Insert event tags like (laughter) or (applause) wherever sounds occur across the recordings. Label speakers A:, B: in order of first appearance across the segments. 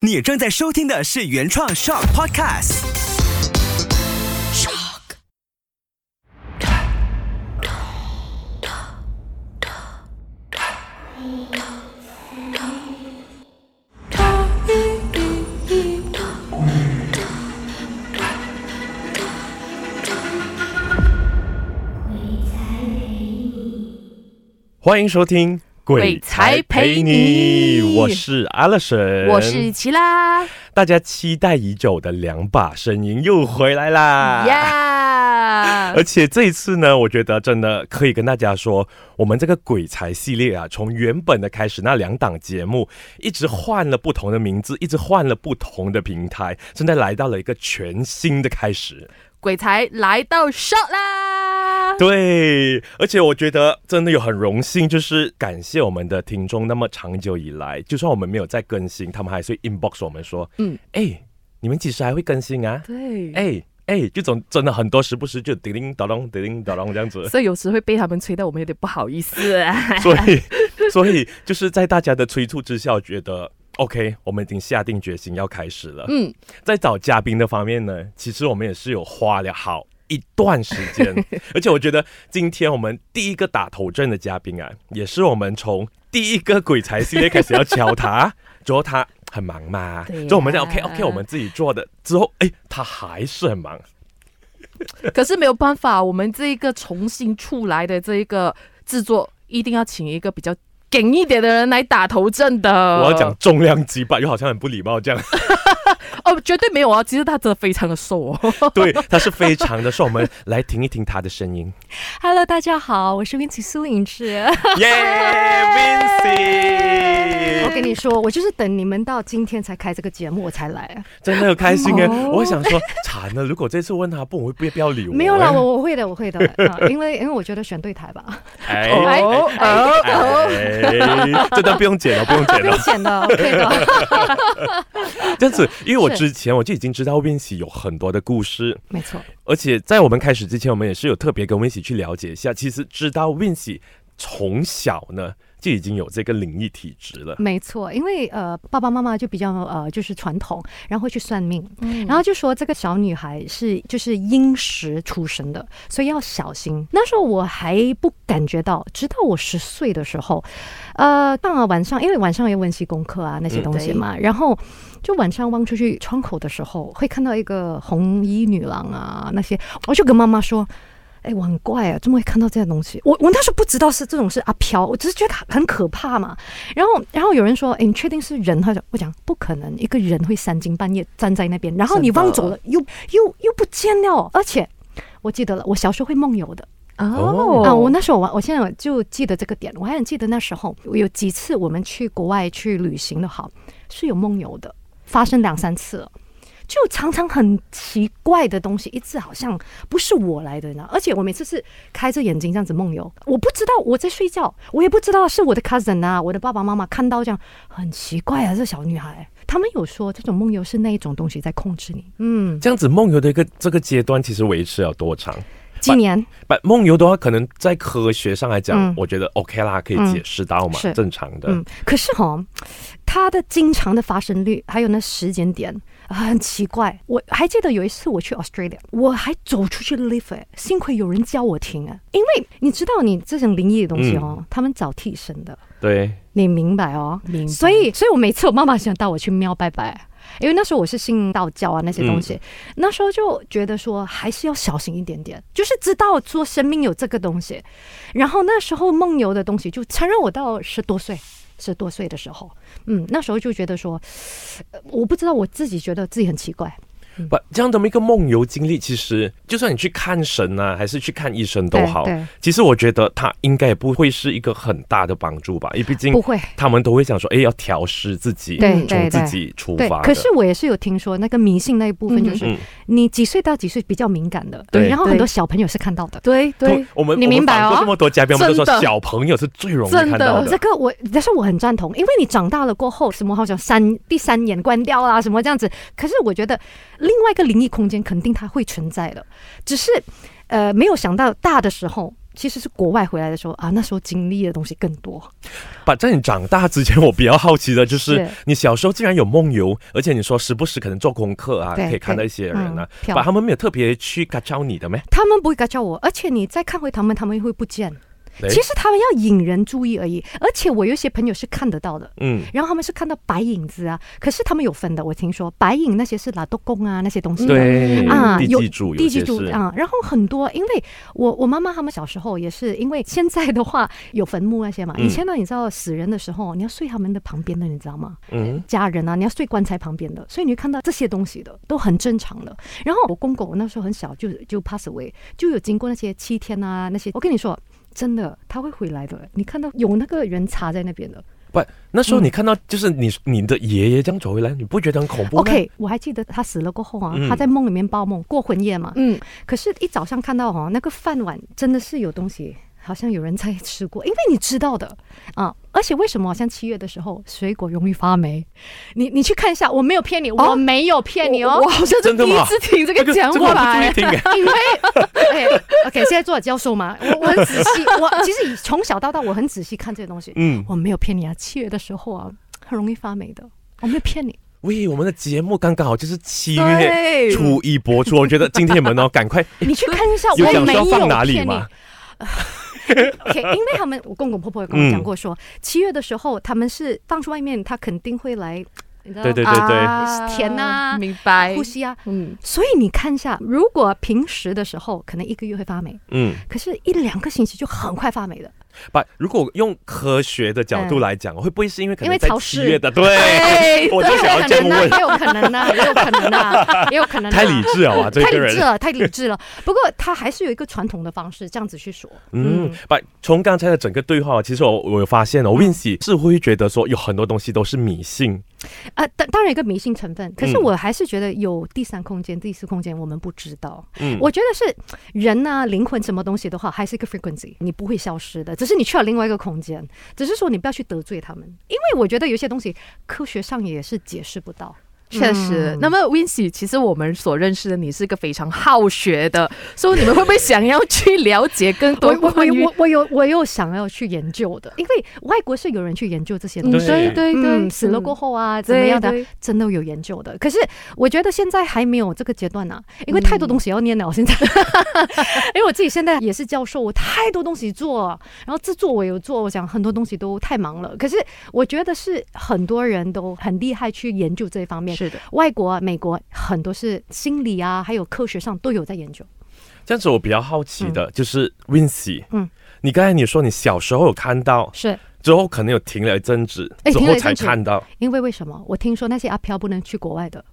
A: 你正在收听的是原创 Shock Podcast。
B: 欢迎收听《
C: 鬼才陪你
B: 我是 Alison，
C: 我是齐拉，
B: 大家期待已久的两把声音又回来啦！
C: 呀、
B: 啊而且这一次呢，我觉得真的可以跟大家说，我们这个鬼才系列啊，从原本的开始那两档节目，一直换了不同的名字，一直换了不同的平台，现在来到了一个全新的开始。
C: 鬼才来到 shot 啦！
B: (laughs) 对，而且我觉得真的有很荣幸，就是感谢我们的听众那么长久以来，就算我们没有再更新，他们还是会 inbox 我们说，嗯
C: 嗯，
B: 哎、你们几时还会更新啊？
C: 对
B: 哎、哎、这种真的很多时不时就叮叮咚咚、叮叮咚咚这样子，
C: 所以有时会被他们吹到，我们有点不好意思。 (laughs)
B: 所以 (laughs) 所以就是在大家的催促之下，我觉得 OK，我们已经下定决心要开始了。
C: 嗯，
B: 在找嘉宾的方面呢，其实我们也是有花了好一段时
C: (laughs)
B: 间，而且我觉得今天我们第一个打头阵的嘉宾啊，也是我们从第一个鬼才系列开始要敲他， (laughs) 之后他很忙嘛，
C: 对呀
B: 之后我们讲 OK OK，我们自己做的之后，哎，他还是很忙，
C: 可是没有办法，我们这一个重新出来的这一个制作，一定要请一个比较梗一点的人来打头阵的。
B: 我要讲重量级吧，又好像很不礼貌
C: (laughs)
B: 这样。
C: 哦，绝对没有啊！其实他真的非常的瘦哦。
B: 对，他是非常的说，我们来听一听他的声音。
D: Hello，大家好，我是 Vinci 苏颖志。
B: (laughs) 耶，Vincy，
D: 我跟你说，我就是等你们到今天才开这个节目，我才来啊。
B: 真的开心哎、
D: 哦
B: 我想说，惨了，如果这次问他不，我会不会不要理我、
D: 没有啦，我我会的，我会的，啊、因为因为我觉得选对台吧，
B: (laughs) 哎哎
C: 哦哦哦！
B: 哎，这段不用剪了，不用剪
D: 不用 (laughs)
B: 了。
D: 剪的，OK 的，
B: 这样子，因为我
D: 是
B: 之前我就已经知道 Win 喜有很多的故事，
D: 没错。
B: 而且在我们开始之前，我们也是有特别跟 Win 喜去了解一下，其实知道 Win 喜从小呢就已经有这个灵异体质了。
D: 没错，因为呃，爸爸妈妈就比较呃，就是传统，然后会去算命，然后就说这个小女孩是就是阴时出生的，所以要小心。那时候我还不感觉到，直到我十岁的时候，呃，当然晚上，因为晚上有温习功课啊那些东西嘛，然后就晚上望出去窗口的时候，会看到一个红衣女郎啊那些，我就跟妈妈说。哎，我很怪啊，怎么会看到这些东西？我我那时候不知道是这种是阿飘，我只是觉得很可怕嘛。然后，然后有人说：“哎，你确定是人？”他讲：“我讲不可能，一个人会三更半夜站在那边，然后你
C: 真的
D: 望走了，又又又不见了。而且，我记得了，我小时候会梦游的。
C: 哎
B: 哦
D: 啊，我那时候我我现在就记得这个点，我还很记得那时候有几次我们去国外去旅行的好，是有梦游的，发生两三次了。就常常很奇怪的东西，一直好像不是我来的呢。而且我每次是开着眼睛这样子梦游，我不知道我在睡觉，我也不知道是我的 cousin 啊，我的爸爸妈妈看到这样很奇怪啊，这小女孩。他们有说这种梦游是那一种东西在控制你，嗯，
B: 这样子梦游的一个这个阶段，其实维持了多长？
D: 几年
B: 不，梦游的话，可能在科学上来讲，
D: 嗯
B: 我觉得 OK 啦，可以解释到嘛，
D: 是
B: 正常的。
D: 嗯，可是哈、它的经常的发生率还有那时间点啊很奇怪。我还记得有一次我去 Australia，我还走出去 lift，、欸、幸亏有人教我停啊，因为你知道你这种灵异的东西哦，他们找替身的，
B: 对，
D: 你明白哦。
C: 明白
D: 所以，所以我每次我妈妈想带我去庙拜拜。因为那时候我是信道教啊那些
B: 嗯
D: 东西，那时候就觉得说还是要小心一点点，就是知道说生命有这个东西。然后那时候梦游的东西，就承认我到十多岁，十多岁的时候，嗯，那时候就觉得说，呃我不知道我自己觉得自己很奇怪，
B: 不，这样的一个梦游经历，其实就算你去看神啊，还是去看医生都
D: 对
B: 好
D: 对，
B: 其实我觉得它应该也不会是一个很大的帮助吧，因为毕竟
D: 不会。
B: 他们都会想说，哎，要调试自己，
D: 对
B: 从
D: 对
B: 自
D: 对
B: 己出
D: 对
B: 发，的。
D: 可是我也是有听说那个迷信那一部分，就是
B: 嗯
D: 你几岁到几岁比较敏感的，
B: 对
D: 然后很
C: 对
D: 多小朋友是看到的。
C: 对对
B: 同，我们
D: 你
B: 我们
D: 明白
B: 访过
D: 哦
B: 这么多嘉宾，我们都
C: 真
B: 说
C: 的
B: 小朋友是最容易
C: 真
B: 看
C: 的
B: 到
D: 这
B: 的。
D: 个我，但是我很赞同，因为你长大了过后，什么好像三第三眼关掉啦，什么这样子。可是我觉得另外一个灵异空间肯定它会存在的，只是呃没有想到大的时候。其实是国外回来的时候啊，那时候经历的东西更多。
B: 把在你长大之前，我比较好奇的就是
D: 是，
B: 你小时候竟然有梦游，而且你说时不时可能做功课啊，
D: 对
B: 可以看到一些人啊
D: 对嗯，漂
B: 把
D: 亮
B: 他们没有特别去嘎招你的咩？
D: 他们不会干叫我，而且你再看回他们，他们会不见。
B: 诶
D: 其实他们要引人注意而已，而且我有一些朋友是看得到的，
B: 嗯，
D: 然后他们是看到白影子啊，可是他们有分的，我听说白影那些是拉多贡啊那些东西的，
B: 对
D: 啊，
B: 地
D: 有
B: 基主有
D: 地
B: 些
D: 基主
B: 是
D: 啊，然后很多，因为我我妈妈他们小时候也是，因为现在的话有坟墓那些嘛，
B: 嗯
D: 以前呢你知道死人的时候你要睡他们的旁边的，你知道吗？
B: 嗯，
D: 家人啊，你要睡棺材旁边的，所以你会看到这些东西的都很正常的。然后我公公我那时候很小就就 pass away，就有经过那些七天啊那些，我跟你说。真的，他会回来的。你看到有那个人插在那边的。
B: 不，那时候你看到就是你你的爷爷这样走回来，你不觉得很恐怖吗
D: OK，我还记得他死了过后啊，
B: 嗯
D: 他在梦里面报梦过魂夜嘛，
C: 嗯，
D: 可是，一早上看到哦，那个饭碗真的是有东西，好像有人在吃过，因为你知道的啊。而且为什么像七月的时候水果容易发霉？你你去看一下，我没有骗你，
C: 哦
D: 我没有骗你
C: 我
D: 哦
C: 我。好像是
B: 真的
C: 第一
B: 吗
C: 次听这
B: 这
C: 个
B: 个
C: 讲
B: 这个我不
C: 法
B: 注意
C: 哎。
B: 听 (laughs) 哎
D: (laughs) 因为哎，OK，现在做了教授嘛，我我很仔细，我其实以从小到大我很仔细看这些东西，
B: 嗯，
D: 我没有骗你啊。七月的时候啊，很容易发霉的，我没有骗你。
B: 喂，我们的节目刚刚好就是七月
C: 对，
B: 初一播出，我觉得今天你们哦，赶快
D: (laughs) 你去看一下，
B: 有
D: 我
B: 想
D: 没
B: 说
D: 有
B: 放哪里
D: 骗你。
B: 吗？ (laughs)
D: OK，因为他们我公公婆婆有跟我讲过
B: 嗯
D: 说，七月的时候他们是放出外面，他肯定会来，你知道
B: 对对
C: 啊
D: 甜啊
C: 明白
D: 呼。吸啊。
C: 嗯，
D: 所以你看一下，如果平时的时候可能一个月会发霉，
B: 嗯，
D: 可是一两个星期就很快发霉的。
B: 把如果用科学的角度来讲，会不会是因为可
D: 因
B: 能
D: 为
B: 在
D: 潮
B: 七
D: 湿哎
B: 月的？对
C: 对，
B: 哎我就想要这么问
D: 也，有可能啊呢，也有可
B: (laughs)
D: 能呢，也有可能呢，也有可能呢。
B: 太理智了啊，这
D: 太
B: 个
D: 理智
B: 人。
D: 了，太理智了。不过他还是有一个传统的方式，这样子去说。
B: 嗯，把从刚才的整个对话，其实我我有发现哦，Vincy 是会觉得说有很多东西都是迷信，
D: 啊，当当然有一个迷信成分，可是
B: 嗯
D: 我还是觉得有第三空间、第四空间，我们不知道。
B: 嗯
D: 我觉得是人呐、灵魂什么东西的话，还是一个 frequency，你不会消失的，只是你去了另外一个空间，只是说你不要去得罪他们，因为我觉得有些东西科学上也是解释不到。
C: 确实。那么 Wincy，其实我们所认识的你是一个非常好学的，所以你们会不会想要去了解更
D: 我
C: 多
D: 我
C: 关于
D: 我我有我有想要去研究的，因为外国是有人去研究这些东西的，
B: 对
C: 对对
D: 嗯，死了过后啊，怎么样的
C: 对对，
D: 真的有研究的。可是我觉得现在还没有这个阶段呢、因
C: 嗯
D: 为太多东西要念了。我现在， (laughs) 因为我自己现在也是教授，我太多东西做，然后制作我有做，我想很多东西都太忙了。可是我觉得是很多人都很厉害去研究这一方面，
C: 嗯是的，
D: 外国啊、美国很多是心理啊，还有科学上都有在研究。
B: 这样子我比较好奇的、就是 Vincy，嗯
D: 嗯，
B: 你刚才你说你小时候有看到，
D: 是
B: 之后可能有停了一阵子，
D: 哎
B: 之
D: 停
B: 后
D: 了一
B: 才
D: 阵子
B: 看到。
D: 因为为什么？我听说那些阿飘不能去国外的，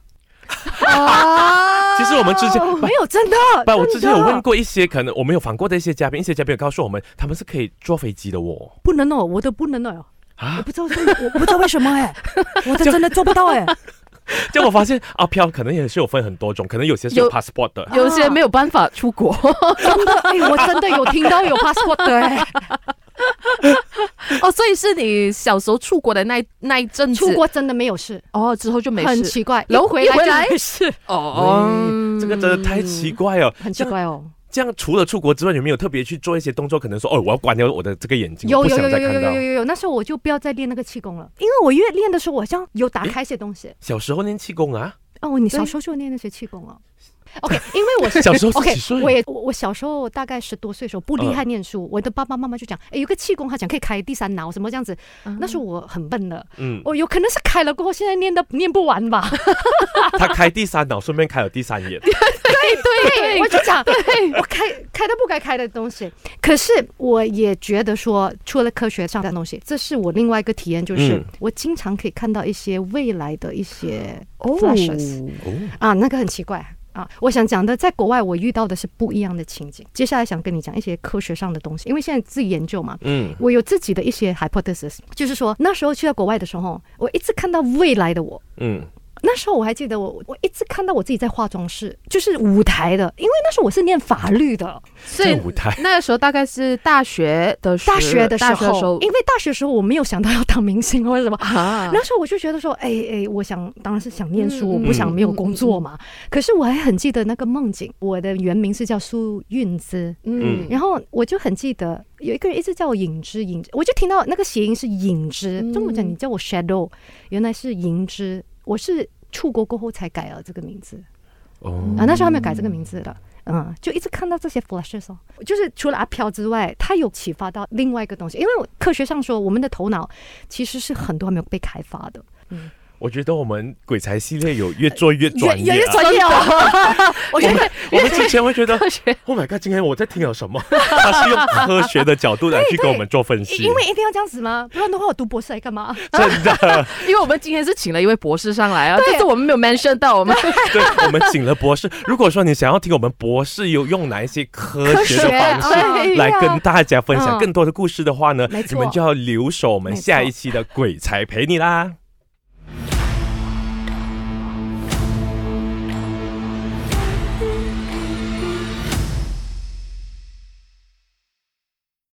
B: 其实我们之前不
D: 没有真的。
B: 不，我之前有
D: 真的
B: 问过一些可能我们有访过的一些嘉宾，一些嘉宾有告诉我们他们是可以坐飞机的哦。
D: 不能哦，我的不能哦。
B: 啊
D: 我不知道，我我不知道为什么哎、我的真的做不到哎、
B: (laughs) 结果我发现阿飘可能也是有分很多种，可能有些是有
C: 有
B: passport 的。
C: 有些人没有办法出国。
D: 真的哎、我真的有听到有 passport 的哎、
C: (laughs) 哦，所以是你小时候出国的那一那一阵子，
D: 出国真的没有事，
C: 哦之后就没
D: 很
C: 事。
D: 奇怪，
C: 然后
D: 一
C: 一回来
D: 就没事，嗯
B: 哦，这个真的太奇怪哦。
D: 很奇怪哦。
B: 这样除了出国之外，有没有特别去做一些动作？可能说哦，我要关掉我的这个眼睛，我
D: 有
B: 不
D: 有
B: 想
D: 有
B: 再
D: 有有
B: 看
D: 有
B: 到
D: 有。有有，那时候我就不要再练那个气功了，因为我越练的时候，我好像有打开一些东西。
B: 小时候练气功啊，
D: 哦，你
C: 对
D: 小时候就练那些气功哦。OK，因为我是
B: 小时候是
D: OK，
B: 几岁
D: 我也我我小时候大概十多岁的时候不厉害念书，我的爸爸妈妈就讲，哎，有个气功，他讲可以开第三脑什么这样子。那时候我很笨的，
B: 嗯，
D: 我有可能是开了过后，现在念的念不完吧。
B: 他开第三脑，顺便开了第三
D: (laughs)
B: 眼。
D: 对，我就讲，我开开都不该开的东西。可是我也觉得说，除了科学上的东西，这是我另外一个体验，就是、
B: 嗯
D: 我经常可以看到一些未来的一些
C: 哦
D: flashes、
B: 哦，
D: 啊，那个很奇怪。啊，我想讲的，在国外我遇到的是不一样的情景。接下来想跟你讲一些科学上的东西，因为现在自己研究嘛，
B: 嗯，
D: 我有自己的一些 hypothesis，就是说那时候去到国外的时候，我一直看到未来的我，
B: 嗯，
D: 那时候我还记得我，我一直看到我自己在化妆室，就是舞台的，因为那时候我是念法律的，
C: 所
B: 在
C: 以
B: 舞台，
C: 那个时候大概是大学的时
D: 大学的时
C: 大学的时
D: 候，
C: 候
D: 因为大学的时候我没有想到要当明星或者什么，
C: 啊，
D: 那时候我就觉得说，哎哎，我想当然是想念书，
C: 嗯
D: 我不想
C: 嗯
D: 没有工作嘛。可是我还很记得那个梦境，我的原名是叫苏韵姿，
B: 嗯
C: (laughs)
D: 然后我就很记得有一个人一直叫我影之影之，我就听到那个谐音是影之，
C: 嗯
D: 中文讲你叫我 shadow，原来是影之，我是出国过后才改了这个名字
B: 哦，
D: 啊，那时候还没有改这个名字的。嗯，就一直看到这些 flashes 哦，就是除了阿飘之外，它有启发到另外一个东西，因为我科学上说，我们的头脑其实是很多还没有被开发的，
B: 我觉得我们鬼才系列有越做越
D: 越
B: 专业、
D: 越
B: 啊，
D: 越专业哦。
C: 我觉得
B: 我们之前会觉得 (laughs)
C: 科学
B: ，Oh my god，今天我在听有
D: (laughs)
B: 什么？他是用科学的角度来去跟我们做分析，
D: 因为 (laughs) 一定要这样子吗？不然的话，我读博士来干嘛？
B: 真的，
C: 因为我们今天是请了一位博士上来啊，
D: 对
C: 但是我们没有 mention
B: (laughs)
C: 到我们
B: 对我们请了博士。如果说你想要听我们博士有用哪一些科学的方式
C: 哎
D: 对呀
B: 来跟大家分享
D: 啊嗯
B: 更多的故事的话呢，
D: 没错
B: 你们就要留守我们下一期的鬼才陪你啦。